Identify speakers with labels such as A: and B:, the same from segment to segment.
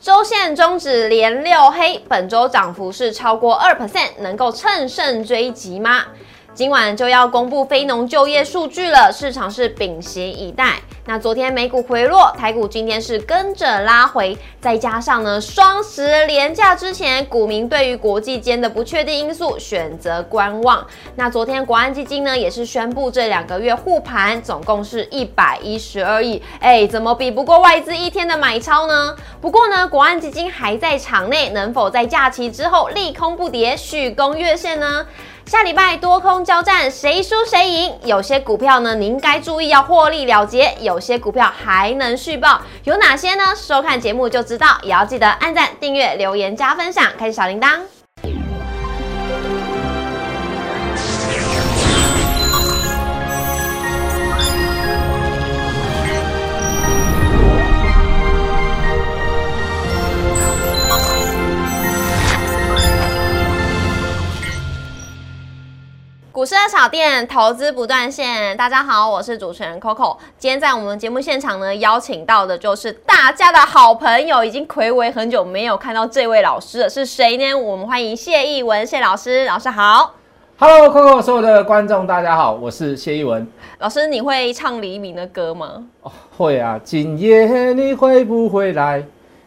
A: 周线中指连六黑，本周涨幅是超过二 percent，能够乘胜追击吗？今晚就要公布非农就业数据了，市场是屏息以待。那昨天美股回落，台股今天是跟着拉回，再加上呢双十连假之前，股民对于国际间的不确定因素选择观望。那昨天国安基金呢也是宣布这两个月护盘，总共是一百一十二亿，哎，怎么比不过外资一天的买超呢？不过呢，国安基金还在场内，能否在假期之后利空不跌，续攻月线呢？下礼拜多空交战，谁输谁赢？有些股票呢，您该注意要获利了结；有些股票还能续报，有哪些呢？收看节目就知道，也要记得按赞、订阅、留言、加分享，开启小铃铛。股市的炒店，投资不断线。大家好，我是主持人 Coco。今天在我们节目现场呢，邀请到的就是大家的好朋友，已经暌违很久没有看到这位老师了，是谁呢？我们欢迎谢逸文谢老师，老师好。
B: Hello，Coco，所有的观众，大家好，我是谢一文。
A: 老师，你会唱黎明的歌吗？
B: 哦，会啊，今夜你会不会来？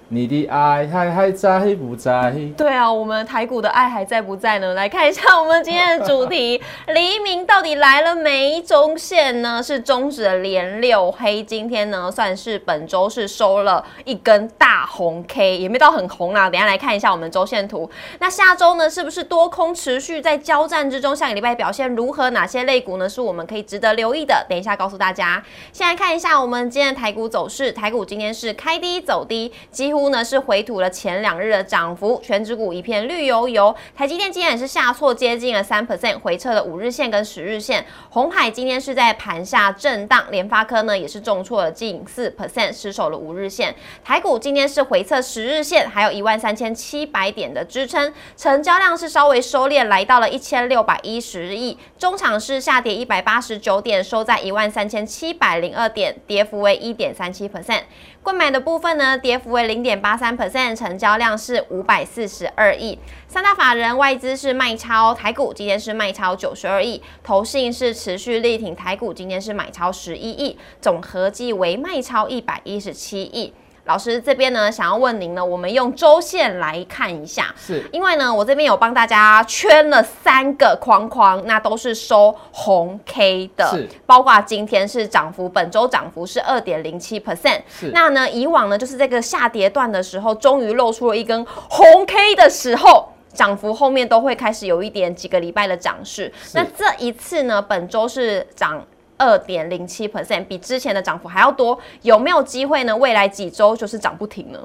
B: 你的爱还还在不在？
A: 对啊，我们台股的爱还在不在呢？来看一下我们今天的主题：黎明到底来了没？中线呢是中指的连六黑，今天呢算是本周是收了一根大红 K，也没到很红啦。等一下来看一下我们周线图。那下周呢是不是多空持续在交战之中？下个礼拜表现如何？哪些类股呢是我们可以值得留意的？等一下告诉大家。先来看一下我们今天的台股走势，台股今天是开低走低，几乎呢是回吐了前两日的涨幅，全指股一片绿油油。台积电今天也是下挫，接近了三 percent，回撤了五日线跟十日线。红海今天是在盘下震荡，联发科呢也是重挫了近四 percent，失守了五日线。台股今天是回测十日线，还有一万三千七百点的支撑，成交量是稍微收敛，来到了一千六百一十亿。中场是下跌一百八十九点，收在一万三千七百零二点，跌幅为一点三七 percent。购买的部分呢，跌幅为零点八三 percent，成交量是五百四十二亿。三大法人外资是卖超台股，今天是卖超九十二亿；投信是持续力挺台股，今天是买超十一亿，总合计为卖超一百一十七亿。老师这边呢，想要问您呢，我们用周线来看一下，
B: 是
A: 因为呢，我这边有帮大家圈了三个框框，那都是收红 K 的，
B: 是
A: 包括今天是涨幅，本周涨幅是二点零七 percent。
B: 是，
A: 那呢，以往呢，就是这个下跌段的时候，终于露出了一根红 K 的时候。涨幅后面都会开始有一点几个礼拜的涨势，那这一次呢，本周是涨二点零七 percent，比之前的涨幅还要多，有没有机会呢？未来几周就是涨不停呢？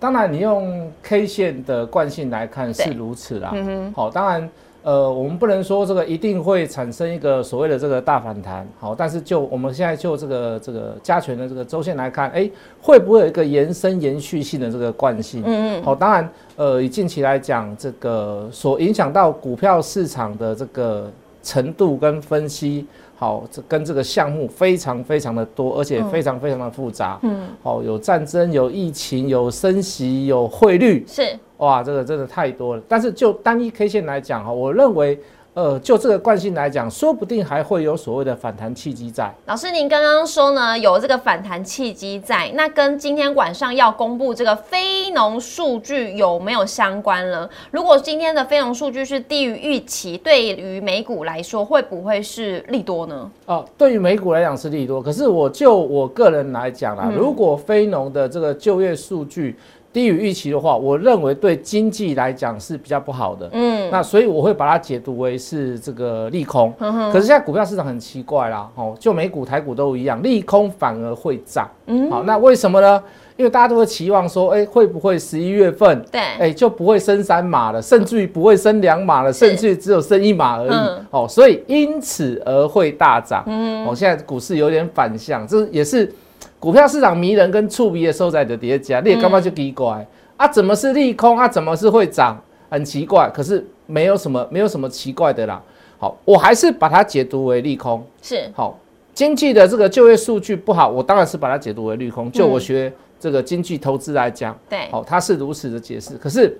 B: 当然你用 K 线的惯性来看是
A: 对嗯
B: 如此啦。好，当然。呃，我们不能说这个一定会产生一个所谓的这个大反弹，好，但是就我们现在就这个这个加权的这个周线来看，哎，会不会有一个延伸延续性的这个惯性？
A: 嗯嗯，
B: 好、当然，呃，以近期来讲，这个所影响到股票市场的这个程度跟分析，好，这跟这个项目非常非常的多，而且非常非常的复杂。嗯，好、有战争，有疫情，有升息，有汇率，
A: 是
B: 哇，这个真的太多了。但是就单一 K 线来讲，哈，我认为，呃，就这个惯性来讲，说不定还会有所谓的反弹契机在。
A: 老师，您刚刚说呢，有这个反弹契机在，那跟今天晚上要公布这个非农数据有没有相关呢？如果今天的非农数据是低于预期，对于美股来说，会不会是利多呢？
B: 哦，对于美股来讲是利多，可是我就我个人来讲啦，如果非农的这个就业数据低于预期的话，我认为对经济来讲是比较不好的。
A: 嗯，
B: 那所以我会把它解读为是这个利空。可是现在股票市场很奇怪啦，哦，就美股、台股都一样，利空反而会涨。好，那为什么呢？因为大家都会期望说，哎，会不会十一月份
A: 对，
B: 哎、就不会升三码了，甚至于不会升两码了，
A: 是
B: 甚至于只有升一码而已、
A: 嗯
B: 哦，所以因此而会大涨。嗯，哦，现在股市有点反向，这也是股票市场迷人跟触鼻的时候在的叠加，
A: 嗯
B: 你也干嘛就奇怪、啊？怎么是利空啊？怎么是会涨？很奇怪，可是没有什么没有什么奇怪的啦。好，我还是把它解读为利空。
A: 是嗯
B: 好，经济的这个就业数据不好，我当然是把它解读为利空。就我学这个经济投资来讲，
A: 对
B: 好、它是如此的解释。可是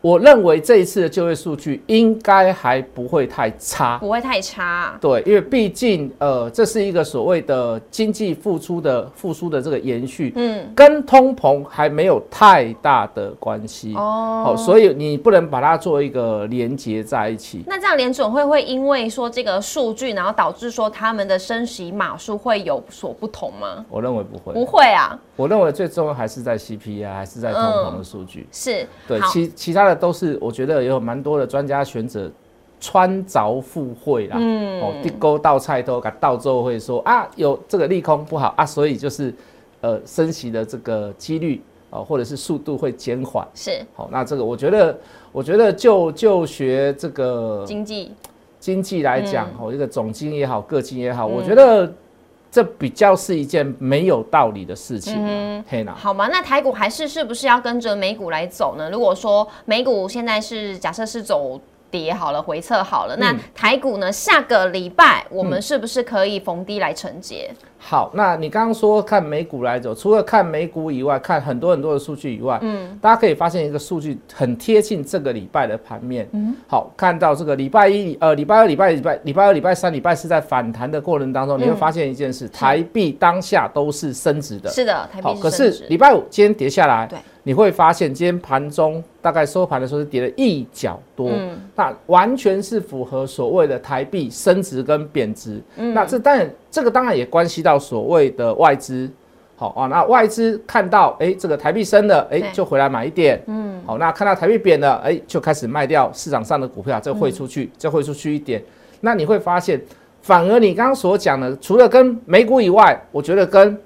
B: 我认为这一次的就业数据应该还不会太差，
A: 不会太差。
B: 对，因为毕竟呃，这是一个所谓的经济复苏的复苏的这个延续，
A: 嗯，
B: 跟通膨还没有太大的关系。
A: 哦，
B: 好、所以你不能把它做一个连接在一起。
A: 那这样联准会会因为说这个数据，然后导致说他们的升息码数会有所不同吗？
B: 我认为不会，
A: 不会啊，
B: 我认为最重要还是在 CPI，还是在通膨的数据。
A: 是
B: 对，
A: 嗯好
B: 其其他的都是我觉得也有蛮多的专家学者穿凿附会啦，嗯，哦，地沟倒菜都给倒之后会说啊，有这个利空不好啊，所以就是呃升息的这个几率哦，或者是速度会减缓。
A: 是
B: 好、那这个我觉得，我觉得就就学这个
A: 经济嗯
B: 经济来讲，哦，一个总经也好，个经也好，我觉得这比较是一件没有道理的事情
A: 嗯
B: 啊。嘿啦，
A: 好吗？那台股还是是不是要跟着美股来走呢？如果说美股现在是假设是走跌好了，回撤好
B: 嗯
A: 了，那台股呢？下个礼拜我们是不是可以逢低来承接？
B: 好，那你刚刚说看美股来走，除了看美股以外，看很多很多的数据以外，嗯，大家可以发现一个数据很贴近这个礼拜的盘面，嗯，好，看到这个礼拜一、呃礼拜二、礼拜礼拜礼拜二、礼拜三、礼拜四在反弹的过程当中，你会发现一件事，台币当下都是升值的，
A: 是的，台
B: 好，
A: 币
B: 可
A: 是
B: 是
A: 升值
B: 礼拜五今天跌下来，
A: 对，
B: 你会发现今天盘中大概收盘的时候是跌了一角多，
A: 嗯
B: 那完全是符合所谓的台币升值跟贬值。
A: 嗯
B: 那这当然，这个当然也关系到所谓的外资。好啊，那外资看到哎、这个台币升了，哎、
A: 对
B: 就回来买一点，嗯，好，那看到台币贬了，哎、就开始卖掉市场上的股票，再汇出
A: 嗯
B: 去，再汇出去一点。那你会发现，反而你刚刚所讲的，除了跟美股以外，我觉得跟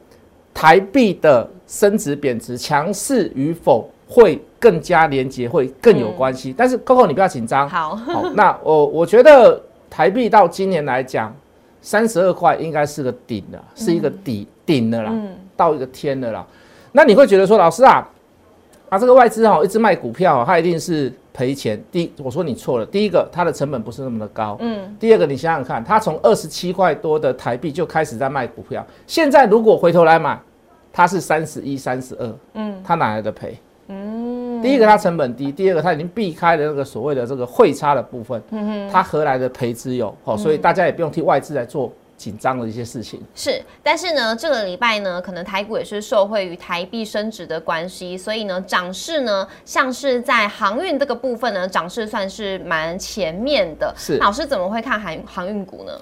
B: 台币的升值贬值强势与否会更加连结，会更有关系。但是 Coco 你不要紧张，
A: 好，
B: 好，那我我觉得台币到今年来讲，三十二块应该是个顶了，是一个底顶了啦，到一个天了啦。那你会觉得说，老师啊，啊这个外资哈、一直卖股票、哦，它一定是赔钱。第一，我说你错了，第一个它的成本不是那么的高，嗯。第二个，你想想看，它从二十七块多的台币就开始在卖股票，现在如果回头来买，它是三十一、三十二，嗯，它哪来的赔？
A: 嗯
B: 第一个它成本低，第二个它已经避开了那个所谓的这个汇差的部分，
A: 嗯
B: 它何来的赔之有？哦，所以大家也不用替外资来做紧张的一些事情。
A: 是，但是呢，这个礼拜呢，可能台股也是受惠于台币升值的关系，所以呢，涨势呢，像是在航运这个部分呢，涨势算是蛮前面的。
B: 是
A: 老师怎么会看航航运股呢？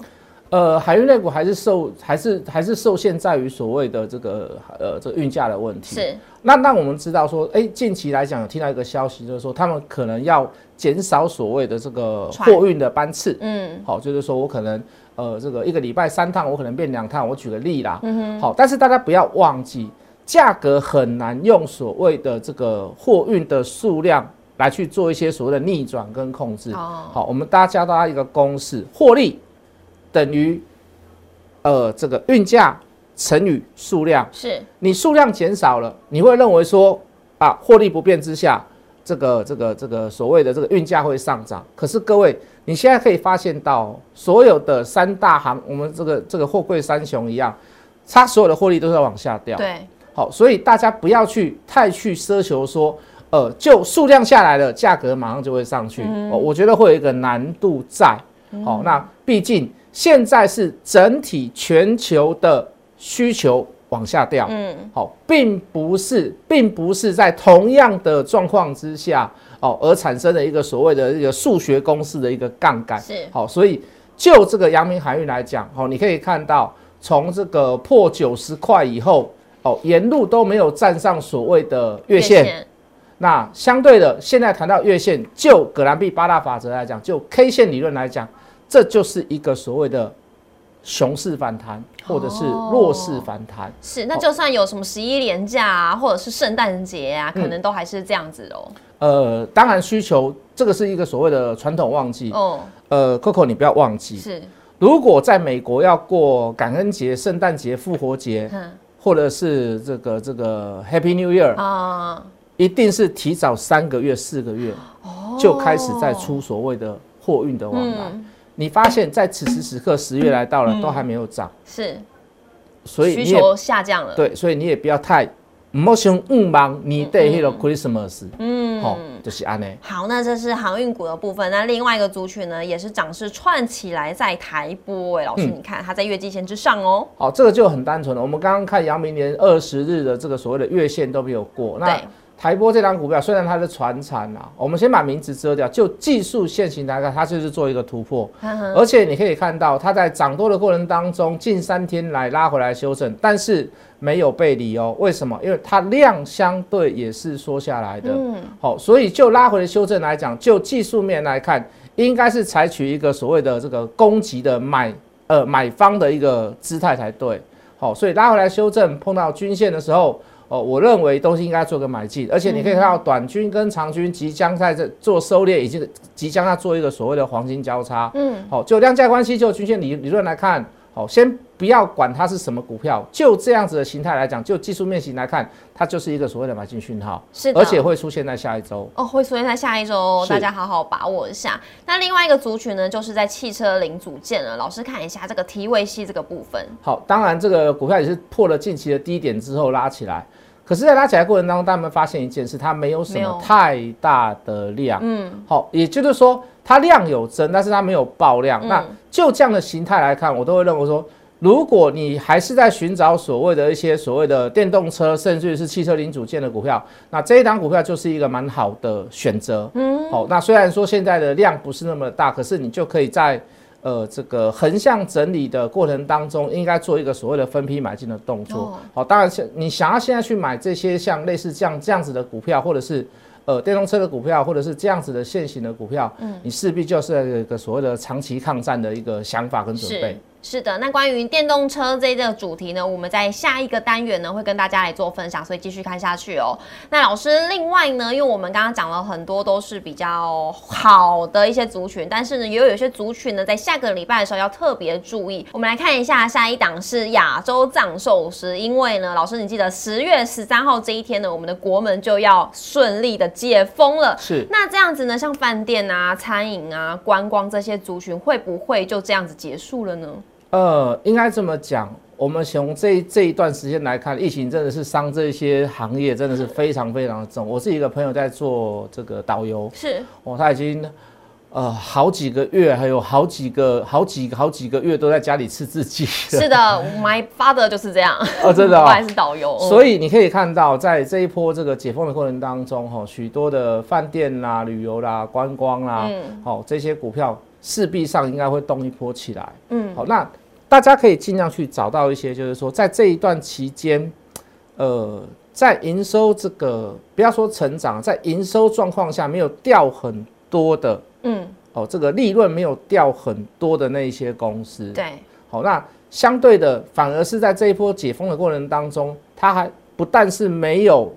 B: 呃，海运类股还是受还是还是受限在于所谓的这个呃这个运价的问题。
A: 是
B: 那那我们知道说，哎、近期来讲有听到一个消息，就是说他们可能要减少所谓的这个
A: 船
B: 货运的班次。
A: 嗯，
B: 好，就是说我可能呃这个一个礼拜三趟，我可能变两趟。我举个例啦，嗯好，但是大家不要忘记，价格很难用所谓的这个货运的数量来去做一些所谓的逆转跟控制。
A: 哦
B: 好，我们大家教大家一个公式，获利等于呃这个运价乘以数量。
A: 是
B: 你数量减少了，你会认为说啊，获利不变之下，这个这个这个所谓的这个运价会上涨。可是各位，你现在可以发现到哦，所有的三大行，我们这个这个货柜三雄一样，它所有的获利都在往下掉。
A: 对，
B: 好，所以大家不要去太去奢求说，呃，就数量下来了，价格马上就会上去。哦，我觉得会有一个难度在。好、那毕竟现在是整体全球的需求往下掉。嗯，好、并不是，并不是在同样的状况之下，哦，而产生的一个所谓的一个数学公式的一个杠杆。
A: 是
B: 好、所以就这个阳明海运来讲，好、你可以看到从这个破九十块以后，哦，沿路都没有站上所谓的月线。那相对的，现在谈到月线，就葛兰碧八大法则来讲，就 K 线理论来讲，这就是一个所谓的熊市反弹，或者是弱势反弹。
A: 是，那就算有什么十一连假啊，或者是圣诞节啊，
B: 嗯
A: 可能都还是这样子哦。
B: 呃，当然需求这个是一个所谓的传统旺季。
A: 哦，
B: 呃，Coco，你不要忘记，
A: 是，
B: 如果在美国要过感恩节、圣诞节、复活节，
A: 嗯
B: 或者是这个这个 Happy New Year，
A: 啊，
B: 一定是提早三个月、四个月
A: 哦
B: 就开始在出所谓的货运的往来。
A: 嗯
B: 你发现，在此时此刻，十月来到了，都还没有涨，
A: 是
B: 所
A: 嗯
B: 以
A: 需
B: 你也
A: 求下降了。
B: 对，所以你也不要太嗯唔好想五望年底迄
A: 嗯
B: 个 Christmas，嗯，吼、就是安尼。
A: 好，那这是航运股的部分。那另外一个族群呢，也是涨势串起来在台波、哎，老
B: 嗯
A: 师，你看、它在月季线之上哦。
B: 好，这个就很单纯了。我们刚刚看阳明连二十日的这个所谓的月线都没有过，那
A: 对
B: 台波这档股票虽然它是传产啊，我们先把名字遮掉，就技术线型来看，它就是做一个突破，而且你可以看到它在涨多的过程当中，近三天来拉回来修正，但是没有背离哦。为什么？因为它量相对也是缩下来的，好、所以就拉回的修正来讲，就技术面来看，应该是采取一个所谓的这个攻击的买呃买方的一个姿态才对。好、所以拉回来修正，碰到均线的时候，哦，我认为都是应该做个买进，而且你可以看到短均跟长均即将在这做收敛，已经即将要做一个所谓的黄金交叉。嗯，好、就量价关系，就均线理理论来看，好、先不要管它是什么股票，就这样子的形态来讲，就技术面型来看，它就是一个所谓的买进讯号，
A: 是的
B: 而且会出现在下一周。
A: 哦，会出现在下一周哦，
B: 是
A: 大家好好把握一下。那另外一个族群呢，就是在汽车零组件了。老师看一下这个 T 位系这个部分，
B: 好，当然这个股票也是破了近期的低点之后拉起来，可是，在拉起来过程当中，大家有没有发现一件事，它没有什
A: 没有
B: 么太大的量，嗯，好，也就是说它量有增，但是它没有爆量。那就这样的形态来看，我都会认为说，如果你还是在寻找所谓的一些所谓的电动车，甚至是汽车零组件的股票，那这一档股票就是一个蛮好的选择，嗯，好，那虽然说现在的量不是那么大，可是你就可以在呃这个横向整理的过程当中，应该做一个所谓的分批买进的动作。
A: 哦
B: 好、当然是你想要现在去买这些像类似这样这样子的股票，或者是呃电动车的股票，或者是这样子的现行的股票，你势必就是要有一个所谓的长期抗战的一个想法跟准备
A: 是。是的，那关于电动车这一个主题呢，我们在下一个单元呢会跟大家来做分享，所以继续看下去哦。那老师，另外呢，因为我们刚刚讲了很多都是比较好的一些族群，但是呢，也有一些族群呢，在下个礼拜的时候要特别注意。我们来看一下下一档是亚洲藏寿司，因为呢，老师你记得十月十三号这一天呢，我们的国门就要顺利的解封了，
B: 是
A: 那这样子呢，像饭店啊、餐饮啊、观光这些族群，会不会就这样子结束了呢？
B: 呃，应该这么讲，我们从这一这一段时间来看，疫情真的是伤这些行业真的是非常非常的重。我是一个朋友在做这个导游，
A: 是，
B: 哦，他已经呃好几个月，还有好几个、好几个、好几个月都在家里吃自己了。
A: 是的，My father 就是这样，
B: 哦真的哦
A: 我还是导游，
B: 所
A: 以
B: 以你可以看到，在这一波这个解封的过程当中，哈，许多的饭店啦、旅游啦、观光啦，好、这些股票势必上应该会动一波起来。嗯，好，那大家可以尽量去找到一些，就是说在这一段期间，呃，在营收这个不要说成长，在营收状况下没有掉很多的，
A: 嗯，
B: 哦，这个利润没有掉很多的那一些公司，
A: 对，
B: 好，那相对的，反而是在这一波解封的过程当中，它还不但是没有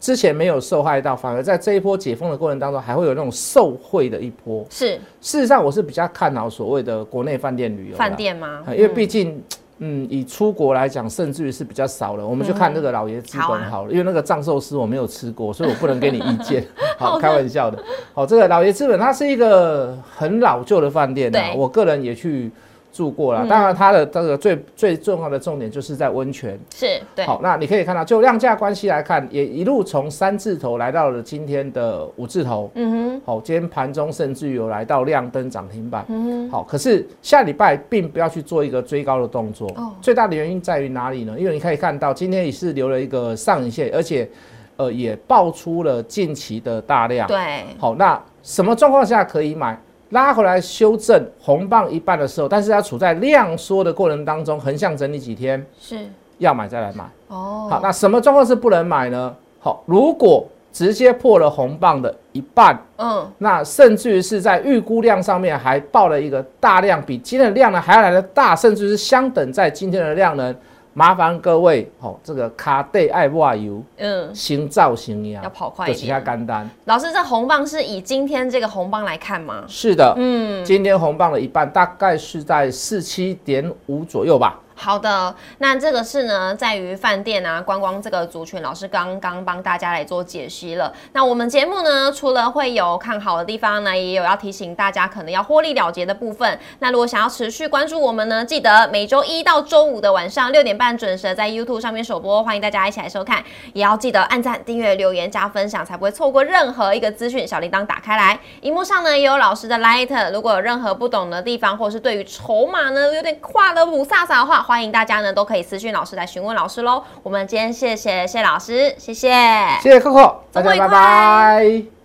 B: 之前没有受害到，反而在这一波解封的过程当中，还会有那种受贿的一波。
A: 是
B: 事实上，我是比较看好所谓的国内饭店旅游啦。
A: 饭店吗？
B: 啊因为毕竟，嗯，以出国来讲，甚至于是比较少了。我们就看那个老爷资
A: 好
B: 本
A: 啊
B: 好了，因为那个藏寿司我没有吃过，所以我不能给你意 见。
A: 好
B: 好，
A: 的
B: 开玩笑的。好，这个老爷资本它是一个很老旧的饭店啊
A: 对，嗯
B: 我个人也去住过了。当然，它的这个最最重要的重点就是在温泉。
A: 是，对，
B: 好，那你可以看到，就量价关系来看，也一路从三字头来到了今天的五字头。嗯哼，好，今天盘中甚至有来到亮灯涨停板。嗯哼，好，可是下礼拜并不要去做一个追高的动作。
A: 哦
B: 最大的原因在于哪里呢？因为你可以看到，今天也是留了一个上影线，而且呃也爆出了近期的大量。
A: 对，
B: 好，那什么状况下可以买？拉回来修正红棒一半的时候，但是它处在量缩的过程当中，横向整理几天，
A: 是，
B: 要买再来买。
A: 哦，
B: 好，那什么状况是不能买呢？好，如果直接破了红棒的一半，
A: 嗯，
B: 那甚至于是在预估量上面还报了一个大量，比今天的量呢还要来的大，甚至是相等在今天的量呢，麻烦各位，好、这个卡地爱瓦油
A: 嗯，
B: 行造型呀
A: 要，跑快
B: 啊就
A: 一
B: 其他
A: 点。
B: 干单。
A: 老师，这红棒是以今天这个红棒来看吗？
B: 是的，嗯，今天红棒的一半大概是在四七点五左右吧。
A: 好的，那这个是呢，在于饭店啊、观光这个族群，老师刚刚帮大家来做解析了。那我们节目呢，除了会有看好的地方呢，也有要提醒大家可能要获利了结的部分。那如果想要持续关注我们呢，记得每周一到周五的晚上六点半准时地在 YouTube 上面首播，欢迎大家一起来收看，也要记得按赞、订阅、留言、加分享，才不会错过任何一个资讯。小铃铛打开来，荧幕上呢也有老师的 Light，如果有任何不懂的地方，或者是对于筹码呢有点跨了五萨萨的话，欢迎大家呢都可以私讯老师来询问老师喽。我们今天谢谢谢老师，谢谢。
B: 谢谢 Coco，大
A: 周末
B: 家
A: 愉
B: 拜
A: 快
B: 拜。